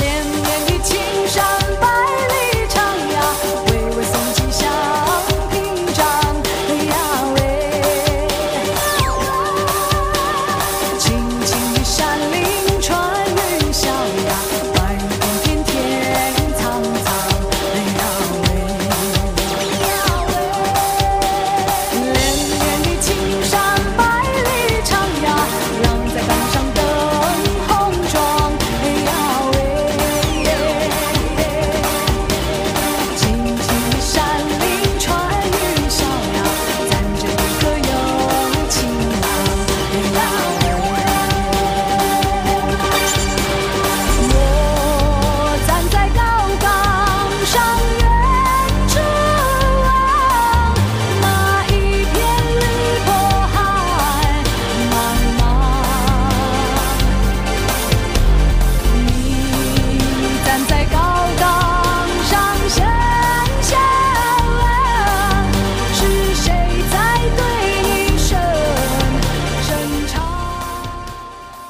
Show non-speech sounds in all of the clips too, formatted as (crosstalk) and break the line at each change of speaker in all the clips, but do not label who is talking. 连绵的青山百里长呀，巍巍耸起象屏障呀喂。青青的山林穿云霄呀，白云洞天天苍苍呀喂。连绵的青山百里长呀，浪在板上等红妆呀喂。青青的山林穿云逍遥，咱这一刻有情郎呀喂。我站在高岗上远处望，那一片绿波海茫茫。你站在高岗上深笑啊，是谁在对你声声唱？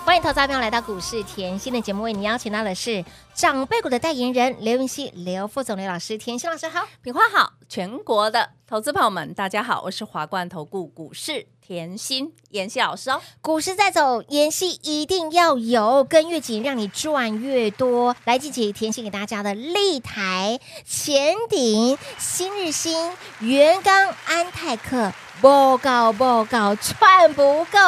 欢迎投资朋友来到股市甜心的节目，为您邀请到的是长辈股的代言人刘云熙、刘副总、刘老师、甜心老师好。
品花好，全国的投资朋友们，大家好，我是华冠投顾股市甜心妍希老师哦。
股市在走，妍希一定要有，跟越紧，让你赚越多。来，季姐甜心给大家的立台、前顶、新日新、元刚、安泰克、报告报告串不够，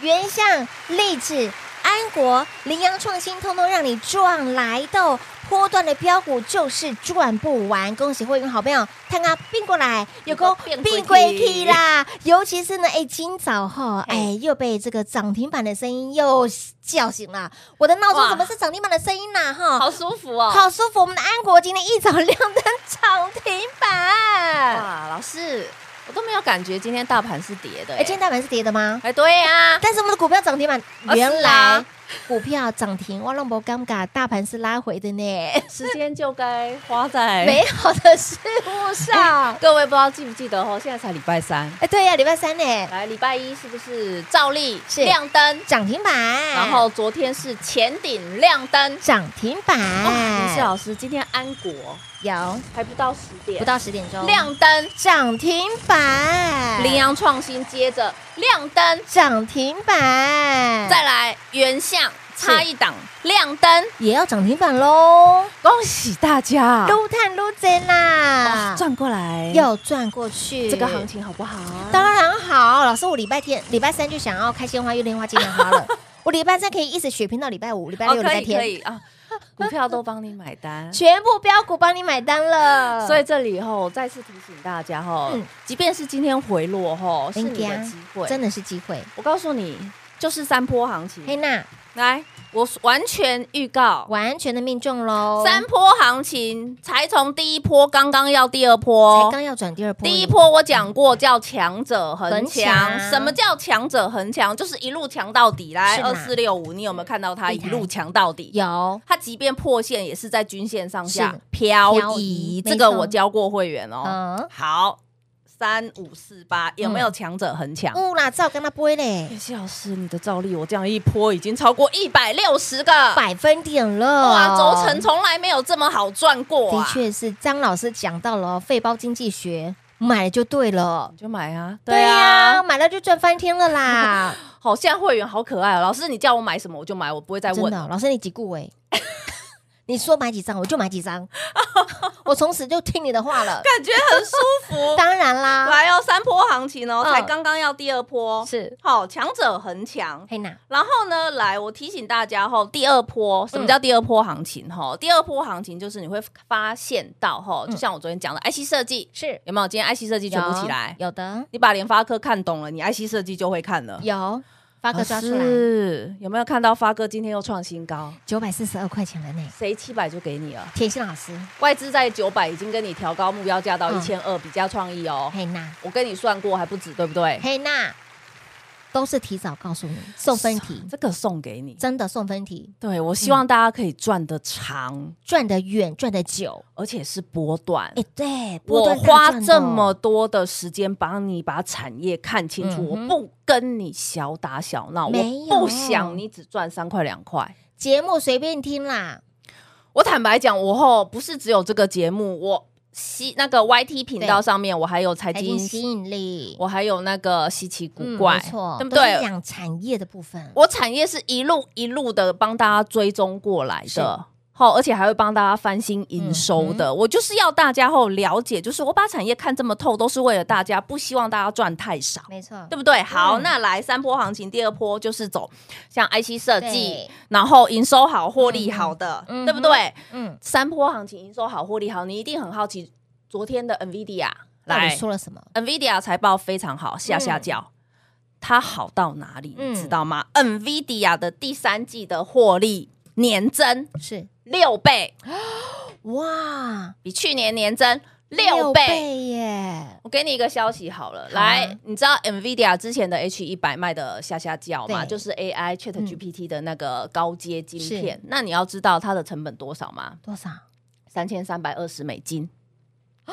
原相、励志、安国、羚羊创新，通通让你赚来豆。波段的标股就是赚不完，恭喜会员好朋友，看啊，并过来，有
有
功
够并
并
过
归
去
去啦。啊，尤其是呢，哎，今早哈，
嘿
哎，又被这个涨停板的声音又叫醒了。我的闹钟
哇
怎么是涨停板的声音呢？哈，
好舒服哦！
好舒服。我们的安国今天一早亮灯涨停板，
哇，老师，我都没有感觉今天大盘是跌的耶。
哎，今天大盘是跌的吗？
哎，对啊，
但是我们的股票涨停板，
啊
原
是
来
啊
股票涨停，哇，让我尴尬，大盘是拉回的呢，
(laughs) 时间就该花在哎
美好的事物上。
各位不知道记不记得哦？现在才礼拜三，
哎，对呀，礼拜三呢，
来礼拜一是不是嗯照例
是
亮灯？
涨停板，
然后昨天是前顶亮灯。
涨停板，
哦，是老师，今天安国
有
还不到十点，嗯
不到十点钟
亮灯，
涨停板，
羚羊创新接着亮灯，
涨停板，
再来原相
是
差一档亮灯，
也要涨停板喽，
恭喜大家
撸探撸真啦，
啊哦过来
又赚过去，
这个行。情好不好？
当然好，老师，我礼拜天、礼拜三就想要开鲜花、月亮花、金兰花
(laughs)
了。我礼拜三可以一直血拼到礼拜五、礼拜
哦
六、礼
可
拜
以可
天，
以啊，股票都帮你买 (laughs) 单。
全部标股帮你买单了。
所以这里吼，再次提醒大家吼
嗯，
即便是今天回落吼，是你的机会。
哎真
的，
的是机会。
我告诉你，就是三波行
黑
情。
娜
来，我完全预告，
完全的命中喽，
三波行情才从第一波刚刚要第二波
才，刚要转第二波，
第一波我讲过叫强者恒
恒
强，
强
什么叫强者恒强？就是一路强到底。来
是
二
吗
四六五，你有没有看到它
厉
一
害
路强到底？
有
它即便破线，也是在均线上下
是
漂
漂移
移。
没
这个
错
我教过会员哦。
嗯，
好，三五四八有没有强者恒强？
乌啦，照跟他播嘞。
谢老师，你的照例我这样一波已经超过一百六十个，
百分点了，
哇，轴承从来没有这么好赚过
的
啊！
确是张老师讲到了哦肺包经济学，买了就对了
你。就买啊，
对呀，买了就赚翻天了啦！
(laughs) 好，现在会员好可爱哦。老师，你叫我买什么我就买，我不会再
真
问
的哦，老师你几顾哎， (laughs) 你说买几张我就买几张， (laughs) 我从此就听你的话了。
感觉很舒
(laughs)
服。
当然啦，
来哦，三波行情哦，
嗯
才刚刚要第二波，
是
好强者恒强。
黑娜
然后呢，来我提醒大家吼，第二波
嗯
什么叫第二波行情吼？第二波行情就是你会发现到吼，
嗯
就像我昨天讲的，IC 设计
是
有没有？今天 IC 设计全部起来，
有有的
你把联发科看懂了，你 IC 设计就会看了。
有发哥抓出来
是有没有看到发哥今天又创新高？
九百四十二块钱了呢。
谁七百就给你了。
甜心老师，
外资在九百已经跟你调高目标价到
嗯
一千二，比较创意哦。
黑娜，
我跟你算过还不止，对不对？
黑娜，都是提早告诉你送分题，嗯
这个送给你。
真的送分题，
对，我希望大家可以赚得长，
赚得远，赚得久。
而且是波段。
哎，对，波
嗯我
段大
花
赚的哦
这么多的时间帮你把产业看清楚，
嗯哼
我不跟你小打小闹，
没
我
有
不想你只赚三块两块。
节目随便听啦，
我坦白讲，我后不是只有这个节目，我西那个 YT 频道
对
上面我还有财
财经吸
经，
引力，
我还有那个稀奇古
嗯
怪，
没错，
对不
都是
对？
讲产业的部分，
我产业是一路一路的帮大家追踪过来的。好，而且还会帮大家翻新营收的。
嗯
我就是要大家后了解，就是我把产业看这么透，都是为了大家，不希望大家赚太少，
没错，
对不对？好，
嗯
那来三波行情，第二波就是走像 IC 设计
对，
然后营收好、获利好的，
嗯
对不对？
嗯，
三波行情，营收好、获利好，你一定很好奇昨天的 NVIDIA
到底
来
说了什么？
NVIDIA 财报非常好，下下叫、它好到哪里，
嗯
你知道吗、n v i d i a 的第三季的获利年增
是
六倍，
哇，
比去年年增六倍。
耶，
我给你一个消息好了，
好啊
来，你知道 NVIDIA 之前的 H 一百卖的下下叫嘛，
对
就是 AI Chat
嗯
GPT 的那个高阶晶片。那你要知道它的成本多少吗？
多少？
三千三百二十美金， (gasps)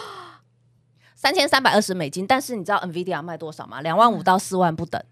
三千三百二十美金。但是你知道 NVIDIA 卖多少吗？两万五到四万不等，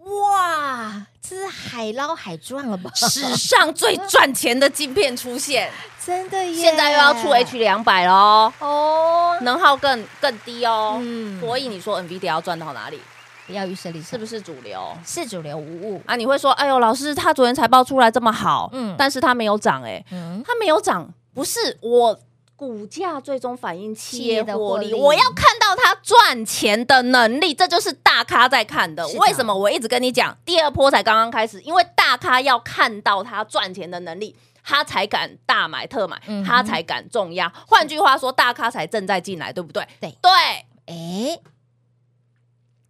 哇，这是海捞海赚了吧？
史上最赚钱的晶片出现，
真的耶！
现在又要出 H 两百喽，
哦，
能耗更更低哦。
嗯
所以你说 NVIDIA 要赚到哪里？
不要预设立场，
是不
是
是主流？
是主流无误？
啊，你会说，哎呦，老师，他昨天财报出来这么好，
嗯
嗯，但是他没有涨、哎，
嗯，
它没有涨，不是我股价最终反映企业
企业的获
获
利
利，我要看到它赚钱的能力，这就是大咖在看的。
是的
为什么我一直跟你讲，第二波才刚刚开始？因为大咖要看到它赚钱的能力。他才敢大买特买
嗯哼，
他才敢重压。换句话说，大咖才正在进来，对不对？
对
对，
哎，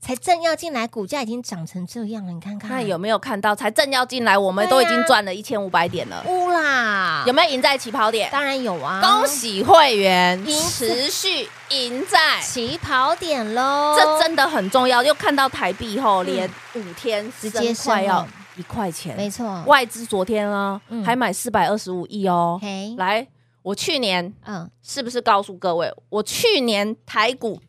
才正要进来，股价已经涨成这样了，你看看，
那有没有看到？才正要进来，我们都已
对
经
啊
赚了一千五百点了，
乌啦？
有没有赢在起跑点？
当然有啊，
恭喜会员
赢
持续赢在
起跑点喽！
这真的很重要。又看到台币后，连五天
直接
升快
升
要
了
一块
没
钱。
错，
外资昨天啊
嗯，
还买四百二十五亿哦
嘿。
来，我去年
嗯，
是不是告诉各位，我去年台股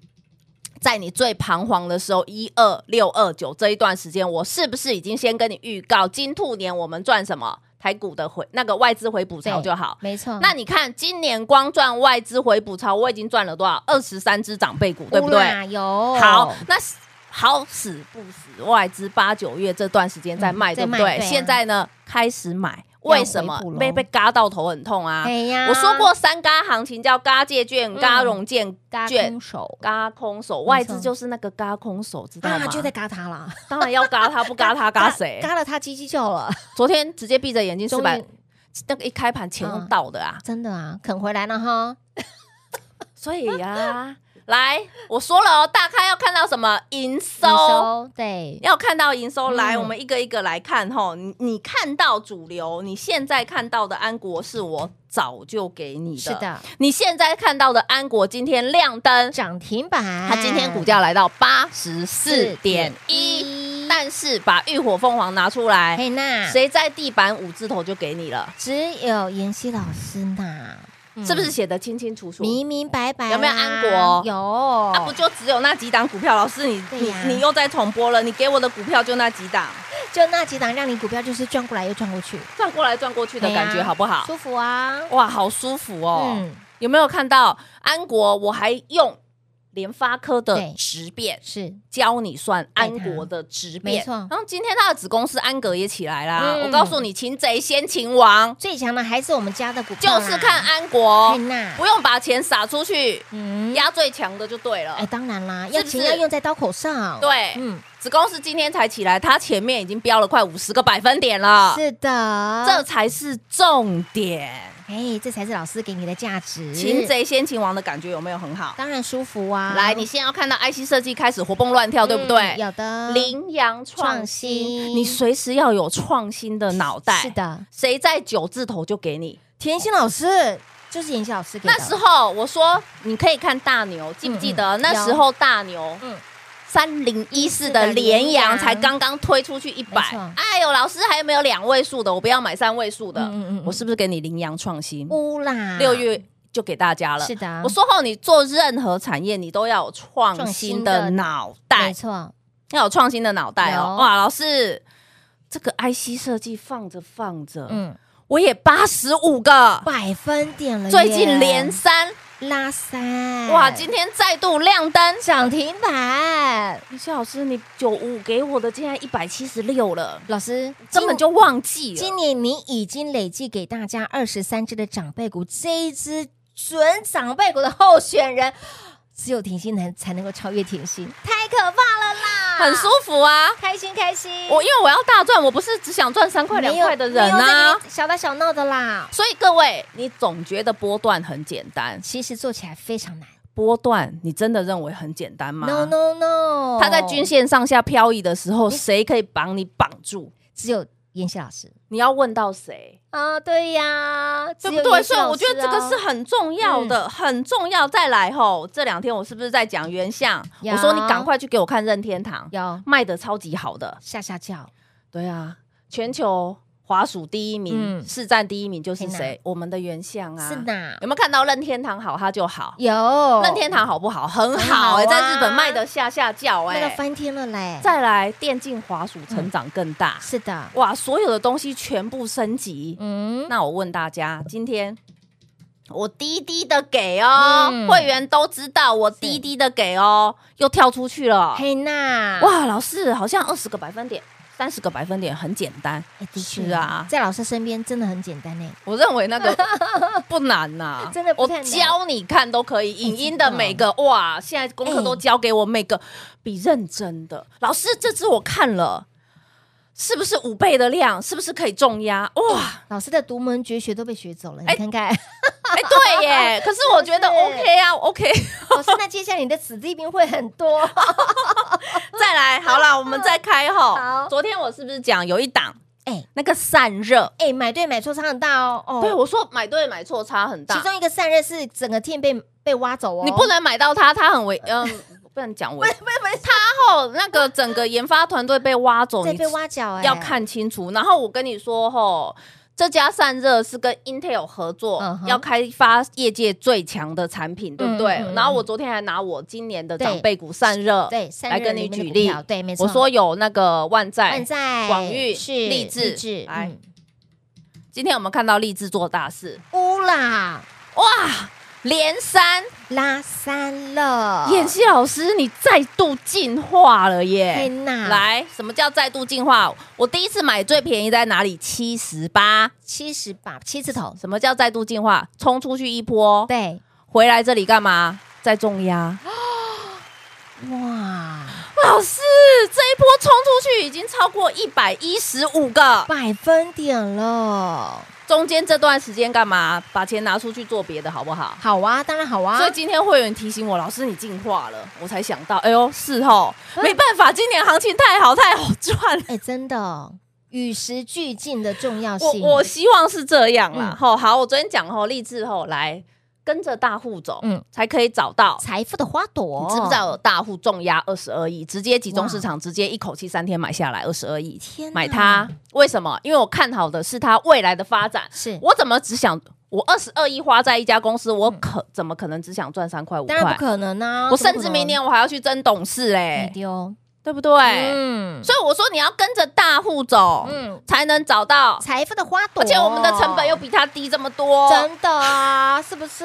在你最彷徨的时候，一二六二九这一段时间，我是不是已经先跟你预告，金兔年我们赚什么？台股的回那个外资回补潮
对嗯
就好。
没错，
哦那你看，今年光赚外资回补超，我已经赚了多少？二十三只长辈股，对不
乌啦
对？
有
好，那死好死不死，外资八九月这段时间在卖，
嗯
对不
在卖
对？
对啊
现在呢，开始买，
要回
为什么
补咯
被被嘎到头很痛啊
哎？呀，
我说过三嘎行情叫嘎借券、嘎融券、
嗯嘎空
券、
手
嘎空手，
错
外资就是那个嘎空手，知道
啊，
吗？
就在嘎他了，
当然要嘎他，不嘎他嘎谁？
(laughs) 嘎了他叽叽叫了，
昨天直接闭着眼睛
终
四
于
百，那个一开盘钱
嗯
用倒的啊。
真的啊，肯回来了哈，
所以呀、来，我说了哦，大咖要看到什么营收，
收对，
要看到营收。来，
嗯
我们一个一个来看吼，你你看到主流，你现在看到的安国是我早就给你的，
是。的，嗯
你现在看到的安国今天亮灯，
涨停板，
它今天股价来到八十四点一，
一
但是把浴火凤凰拿出
嗯
来，
嘿娜，
谁在地板五字头就给你了，
只有妍希老师呐，嗯
是不是写的清清楚楚？
明明白白啦？啊
有没有安国
有，
啊，不就只有那几档股票？老师，你
对
你
呀
你又在重播了，你给我的股票就那几档，
就那几档让你股票就是转过来又转过去
转过来转过去的感
对
觉
啊
好不好？
舒服啊，
哇，好舒服哦！
嗯，
有没有看到安国？我还用联发科
对
的直变
是
教你算
对
安国的直
没
变，
错
然后今天它的子公司安格也起来啦。
嗯
我告诉你，擒贼先擒王，
最强的还是我们家的股
就
票啦，啊
是看安国
嘿，娜，
不用把钱撒出去，
嗯，
压最强的就对了
哎，。当然啦，
是
要
不
钱
是
要用在刀口上，，
对，
嗯，
子公司今天才起来，它
啊
前面已经飙了快五十个百分点了，
是的，
这才是重点。
哎，这才是老师给你的价值。
擒贼先擒王的感觉有没有很好？
嗯当然舒服啊！
来，你现在要看到 IC 设计开始活蹦乱跳，对不
嗯
对？
有的
羚羊创
创新
新，你随时要有创新的脑袋。
是，的，
谁在九字头就给你。
甜心老师就是妍希老师给的
那时候我说，你可以看大牛，记不记
嗯
得
嗯
那时候大牛？
嗯
嗯。三零一四的联阳才刚刚推出去一百
没错，
哎呦，老师还有没有两位数的？我不要买三位数的，
嗯嗯嗯嗯
我是不是给你羚羊创新？
乌啦，
六月就给大家了。
是的
我说后你做任何产业，你都要有创
创新
新
的
的脑
没
袋，
错，
要有创新的脑袋
有
哦。哇，老师，这个 IC 设计放着放着，
嗯，
我也八十五个，
百分点了耶，哎
最近连三，
拉三，
哇，今天再度亮灯。
涨停板，
李谢老师，你九五给我的，竟然一百七十六了，
老师
根本。就忘记了。
今年你已经累计给大家二十三只的长辈股，这一只准长辈股的候选人，只有甜心能才能够超越甜心，太可怕了啦！
很舒服啊，
开心开心，
我因为我要大赚，我不是只想赚三块两块的人
没有在
啊
那。边小打小闹的啦。
所以各位，你总觉得波段很简单，
其实做起来非常难
波段你真的认为很简单吗
No No No，
它在均线上下漂移的时候，谁可以绑你绑住？
只有妍希老师
你要问到谁，
啊，对呀，
对
只
不
有
对？
妍希
所以
老师啊嗯
我觉得这个是很重要的，很重要。再来吼，这两天我是不是在讲原相？
有
我说你赶快去给我看任天堂，
有
卖的超级好的。
下下叫
对啊，全球滑鼠第一名，
嗯
市占第一名就是
天哪
谁？我们的原相啊。
哎是哪
有没有看到任天堂好，它就好。
有
任天堂好不好？很
很好
好哎、
啊
在日本卖的下下叫哎、
那个翻天了嘞，
再来，电竞滑鼠成长更大，
是的，
哇，所有的东西全部升级。
嗯，
那我问大家，今天我低低的给哦，
嗯
会员都知道我低低的给哦，又跳出去了。
嘿娜，
哇，老师好像二十个百分点。三十个百分点很简单，
哎的确
是啊
在老师身边真的很简单呢，
我认为那 (laughs) 个不难嗯呐、
真的不
我
太难
教你看都可以。影音的每个哇，现在功课都
哎
教给我每个，比认真的哎老师这支我看了，是不是五倍的量？是不是可以重压？哇，
老师的独门绝学都被学走了，你
哎
看 (laughs) 看，
哎、对 (laughs) 耶！可是我觉得
是不是
OK 啊，OK。 (laughs)
老师那接下来你的子弟兵会很多，
再来，好啦，我们再开吼
好。
昨天我是不是讲有一档
哎
那个散热？
哎，买对买错差很大哦，哦
对，我说买对买错差很大
其，中一个散热是整个 team 被被挖走哦，
你不能买到它，它很 (laughs) 危，嗯，不能讲危。
(laughs) 不能
它后那个整个研发团队被挖走，
再
你
被挖角哎，
要看清楚。然后我跟你说吼，这家散热是跟 Intel 合作
嗯哼
要开发业界最强的产品，对不对
嗯嗯嗯？
然后我昨天还拿我今年的
对
长辈股散热
对，散
来
热
跟
里
你
面的
举
股
例
票，对，没错，
我说有那个万载
万，在
广域
是
励志
志，
来
嗯，
今天我们看到立志做大事，
乌啦
哇，连三，
拉三了，
妍希老师你再度进化了
黑
耶！
娜
哎来，什么叫再度进化？我第一次买最便宜在哪里？七十八。
七十把七字头，
什么叫再度进化？冲出去一波，
对，
回来这里干嘛？再重压。
哇，
老师，这一波冲出去已经超过一百一十五个，
百分点了，
中间这段时间干嘛？把钱拿出去做别的好不好？
好啊，当然好啊
所以，今天会员提醒我，老师你进化了，我才想到，哎呦，是哦，
嗯
没办法，今年行情太好，太好
(laughs)
赚了。
哎，真的与时俱进的重要
我
性，
我希望是这样啦
嗯。
吼、好，我昨天讲吼，励志吼来跟着大户走，
嗯
嗯，才可以找到
财富的花朵，
你知不知道有大户重压二十二亿，直接集中市场，直接一口气三天买下来二十二亿，
天哪
买它？为什么？因为我看好的是它未来的发展。
是
我怎么只想我二十二亿花在一家公司，我可、怎么可能只想赚三块五
嗯当然
块
不？可能啊，
我
怎么
甚
可
至
能
明年我还要去争董事
没
嘞、
丢，
对不对？
嗯
所以我说你要跟着大户走，
嗯，
才能找到，
财富的花朵，
而且我们的成本又比它低这么多。
真的啊，是不是？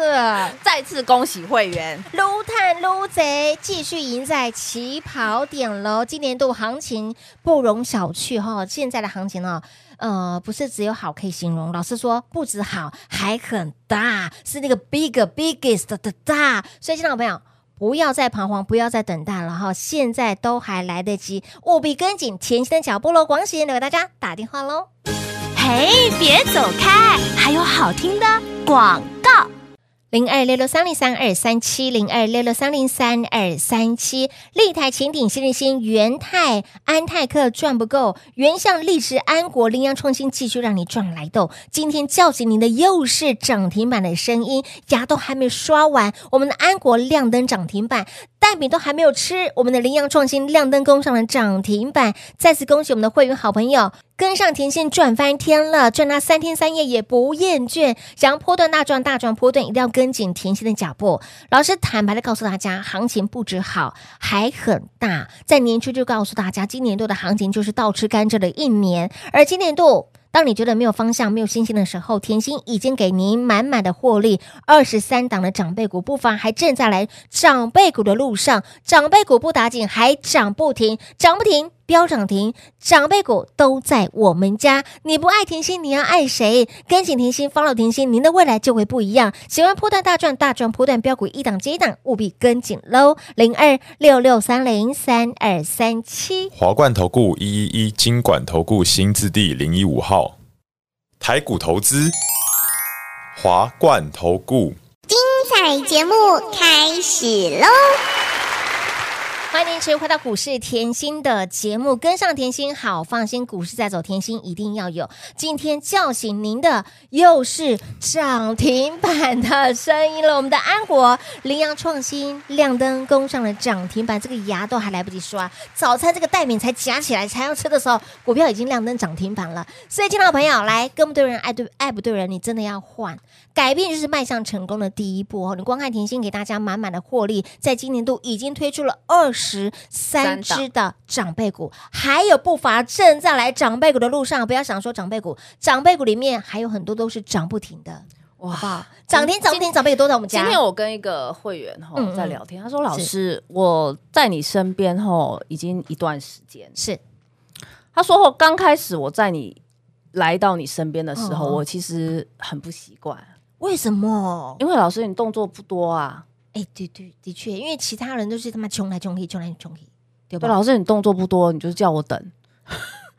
再次恭喜会员，
撸探撸贼继续赢在起跑点喽！今年度行情不容小觑哈、现在的行情呢、呃，不是只有好可以形容，老师说不止好，还很大，是那个 big biggest 的大。所以，现场朋友。不要再彷徨，不要再等待了哈！现在都还来得及，务必跟紧甜心的脚步喽！广喜留给大家打电话喽。
嘿嘿，别走开，还有好听的广告。
零二六六三零三二三七零二六六三零三二三七，立台、秦鼎、新日新、元泰、安泰克赚不够，原相、立直、安国、羚羊创新继续让你赚来豆。今天叫醒您的又是涨停板的声音，牙都还没刷完，我们的安国亮灯涨停板，蛋饼都还没有吃，我们的羚羊创新亮灯攻上了涨停板。再次恭喜我们的会员好朋友，跟上甜心赚翻天了，赚它三天三夜也不厌倦。想要波段大赚大赚波段，一定要跟紧甜心的脚步。老师坦白的告诉大家，行情不止好，还很大。在年初就告诉大家，今年度的行情就是倒吃甘蔗的一年，而今年度。当你觉得没有方向、没有信心的时候，甜心已经给您满满的获利。二十三档的长辈股不乏，还正在来长辈股的路上。长辈股不打紧，还涨不停，涨不停，飙涨停，长辈股都在我们家。你不爱甜心，你要爱谁？跟紧甜心，follow 甜心，您的未来就会不一样。喜欢波段大赚、大赚波段标股一档接一档，务必跟紧喽！零二六六三零三二三七。
华冠投顾一一一金管投顾新字第零一五号，台股投资，华冠投顾。
彩节目开始喽！
欢迎您持续回到股市甜心的节目，跟上甜心好放心，股市在走，甜心一定要有。今天叫醒您的又是涨停板的声音了，我们的安国羚羊创新亮灯攻上了涨停板，这个牙都还来不及刷，早餐这个蛋饼才夹起来才要吃的时候，股票已经亮灯涨停板了。所以，亲爱的朋友，来跟不对人爱对爱不对人，你真的要换。改变就是迈向成功的第一步哦。你光看甜心给大家满满的获利，在今年度已经推出了二十三
三档
只的长辈股，还有不乏正在来长辈股的路上。不要想说长辈股，长辈股里面还有很多都是涨不停的，好不
哇！
好？涨停涨不停，长辈股都在我们
嗯今
家。
天我跟一个会员吼
嗯嗯
在聊天，他说：“老师，我在你身边吼已经一段时间。
是”
他说：“吼刚开始我在你来到你身边的时候，
嗯哦
我其实很不习惯，
为什么？
因为老师你动作不多啊，
哎，对对，的确，因为其他人都是他妈穷来穷去，穷来穷去，对吧？
对，老师你动作不多，你就叫我等。”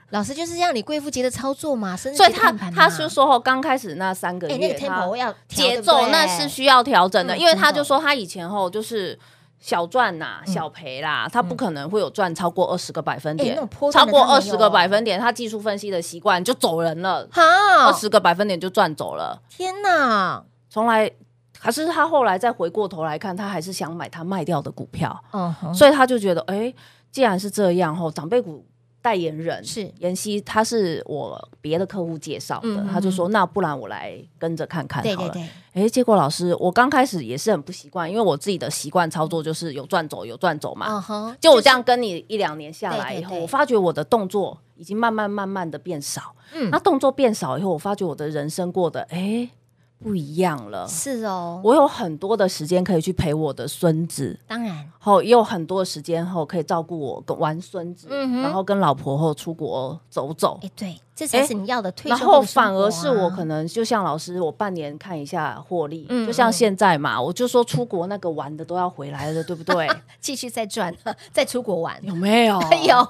老师就是让你贵妇节的操作嘛，甚至
所以他他
说
就。说吼刚开始那三个
啊哎、
月，
那个 tempo
他
要调
节奏
对不对
那是需要调整的，
嗯
因为他
真的
就说他以前吼就是小赚呐、
嗯
小赔啦，他不可能会有赚超过二十个百分
哎
点
那种波，段
超
的
过
他没有啊
二十个百分点，他技术分析的习惯就走人了，
好，
二十个百分点就赚走了，
天哪！
从来。可是他后来再回过头来看，他还是想买他卖掉的股票，
哦，哼
所以他就觉得，哎、既然是这样吼，长辈股代言人
是
妍希，她是我别的客户介绍的，
嗯嗯
他就
嗯
说，那不然我来跟着看看好
对
了。
对对，
哎，结果老师，我刚开始也是很不习惯，因为我自己的习惯操作就是有赚走有赚走嘛。
哦哼，
就我这样跟你一两年下来
对对
以后，
对
我发觉我的动作已经慢慢慢慢的变少。
嗯
那动作变少以后，我发觉我的人生过得哎不一样了。
是哦，
我有很多的时间可以去陪我的孙子，
当然
后也有很多的时间后可以照顾我跟玩孙子，
嗯哼
然后跟老婆后出国走走。
哎，对，这才
哎
是你要的退休
然
后的
后
生
反而
活
是
啊
我可能就像老师，我半年看一下获利，
嗯
就像现在嘛，我就说出国那个玩的都要回来了，对不对？
继续再赚， (laughs) 再出国玩。哎
有没 (laughs) 有？
(laughs) 有，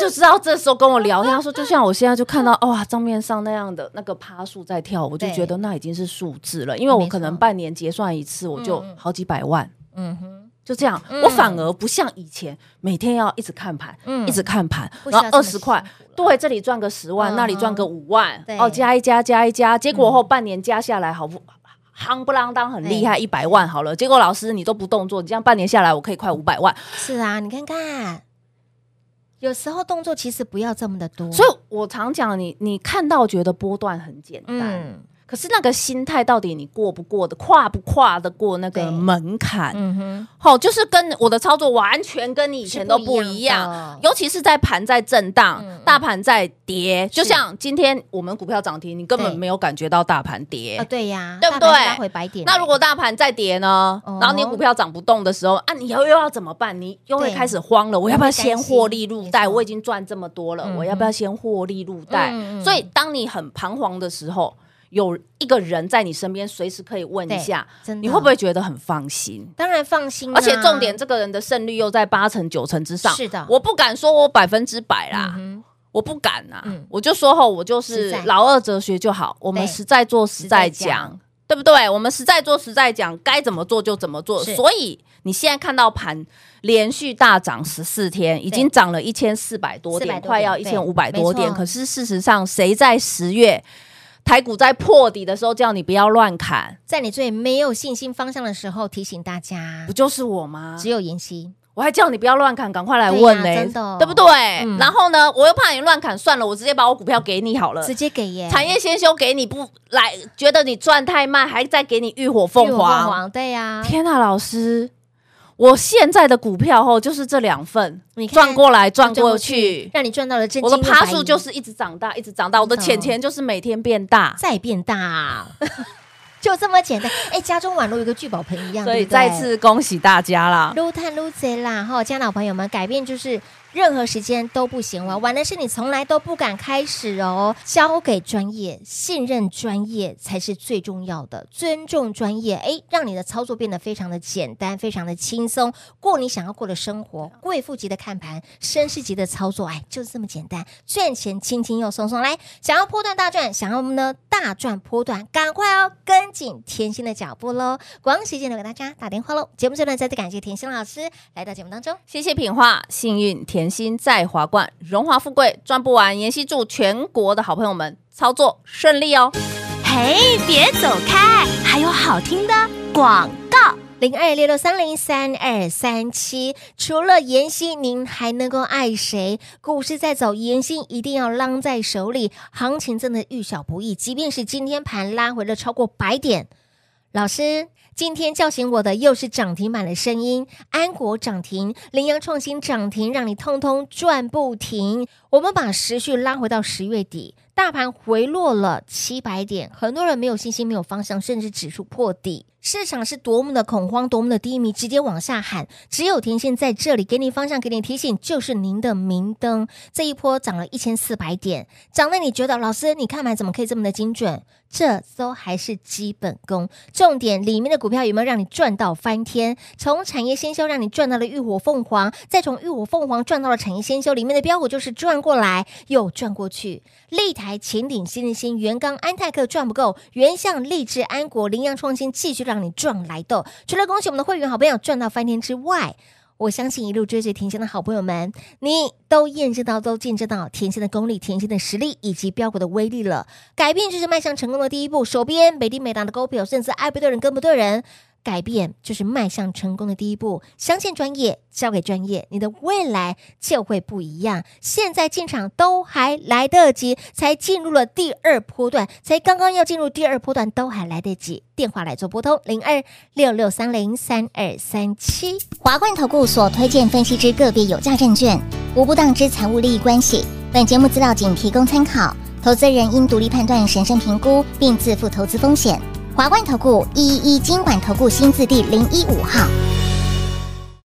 就知道这时候跟我聊天，他说就像我现在就看到哦哇，账面上那样的那个趴数在跳，我就
对
觉得那已经是数字了，因为我可
没
能
错
半年结算一次，我就好几百万。
嗯哼，
就这样，我反而不像以前每天要一直看盘，
嗯
一直看盘，
不需
然
要
后
这么
二
辛
十
苦
块，对，这里赚个十
嗯
万，那里赚个五万
对，嗯
哦，加一加加一加，结果后半年加下来，好不？夯不啷当很厉害，一百万好了。结果老师你都不动作，你这样半年下来，我可以快五百万。
是啊，你看看，有时候动作其实不要这么的多，
所以我常讲，你你看到觉得波段很简单，
嗯
可是那个心态到底你过不过的，跨不跨得过那
对
个门槛？
嗯哼，
好，就是跟我的操作完全跟你以前都不一
是不一
样
样的，
尤其是在盘在震荡
嗯嗯，
大盘在跌，就像今天我们股票涨停，你根本
对
没有感觉到大盘
啊，
跌。
对呀，
对不
大盘
对
拉回白点欸。
那如果大盘在跌呢
哦？
然后你股票涨不动的时候啊，你又又要怎么办？你又会
对
开始慌了。我要不要先获利入
没
袋？
错
我已经赚这么多了
嗯，
我要不要先获利入袋
嗯嗯嗯？
所以当你很彷徨的时候，有一个人在你身边，随时可以问一
哎对
下，
真的
你会不会觉得很放心？
当然放心啊，
而且重点，这个人的胜率又在八成九成之上。
是的
我不敢说我百分之百啦，
嗯哼
我不敢啊，
嗯
我就说吼，我就
实
是
在
老二哲学就好，我们
对
实在做实在
实在讲
讲，对不对？我们实在做实在讲，该怎么做就怎么做。
是
所以你现在看到盘连续大涨十四天，已经涨了一千四百多
400多
点，
点
快要一
对
千五百多
没
点。
错
可是事实上，谁在十月台股在破底的时候叫你不要乱砍，
在你最没有信心方向的时候，提醒大家
不，就是啊我吗？
只有妍希，
我还叫你不要乱砍，赶快来问呢、
对呀真的哦
对不对、
嗯
然后呢，我又怕你乱砍，算了，我直接把我股票给你好了。
直接给耶，
产业先修给你不来，觉得你赚太慢，还再给你浴火凤
玉
凰。
凤凰，对呀，
天呐，老师，我现在的股票后就是这两份
你，看
转过来转
转
过
过
去，
让你赚到了真金
我的
又白
趴数
银
就是一直长大，一直长大，我的
真的哦
钱钱就是每天变大。
再变
(laughs)
大，就这么简单。哎，家中宛如一个聚宝盆一样，
所
对
以
不对
再次恭喜大家啦！
撸探撸贼啦！哈，家老朋友们，改变就是任何时间都不嫌晚，晚的是你从来都不敢开始哦。交给专业，信任专业才是最重要的，尊重专业，哎，让你的操作变得非常的简单，非常的轻松，过你想要过的生活。贵妇级的看盘，绅士级的操作，哎，就是这么简单，赚钱轻轻又松松。来，想要波段大赚，想要呢大赚波段，赶快哦，跟紧甜心的脚步喽！广喜间留给大家打电话喽。节目最后呢，再次感谢甜心老师来到节目当中。
谢谢品画，幸运甜心在华冠，荣华富贵赚不完。妍希祝全国的好朋友们操作顺利哦！
嘿，别走开，还有好听的广告。
零二六六三零三二三七。除了妍希，您还能够爱谁？股市在走，妍希一定要浪在手里。行情真的遇小不易，即便是今天盘拉回了超过百点，老师。今天叫醒我的又是涨停板的声音，安国涨停，羚羊创新涨停，让你通通赚不停。我们把时序拉回到十月底，大盘回落了七百点，很多人没有信心，没有方向，甚至指数破底。市场是多么的恐慌，多么的低迷，直接往下喊。只有甜心在这里给你方向，给你提醒，就是您的明灯。这一波涨了一千四百点，涨得你觉得老师，你看盘怎么可以这么的精准？这都还是基本功，重点里面的股票有没有让你赚到翻天？从产业先修让你赚到了浴火凤凰，再从浴火凤凰赚到了产业先修里面的标股，就是转过来又转过去。立台、前鼎、新日新、元刚、安泰克赚不够，原相、立志、安国、羚羊创新继续让你赚来斗。除了恭喜我们的会员好朋友赚到翻天之外，我相信一路追随甜心的好朋友们，你都验证到、都见证到甜心的功力、甜心的实力以及标股的威力了。改变就是迈向成功的第一步。手边美丽美达的股票，甚至爱不对人跟不对人，改变就是迈向成功的第一步。相信专业，交给专业，你的未来就会不一样。现在进场都还来得及，才进入了第二波段，才刚刚要进入第二波段，都还来得及。电话来做拨通零二六六三零三二三七。
华冠投顾所推荐分析之个别有价证券，无不当之财务利益关系。本节目资料仅提供参考，投资人应独立判断、审慎评估，并自负投资风险。华冠投顾一一一金管投顾新字第零一五号。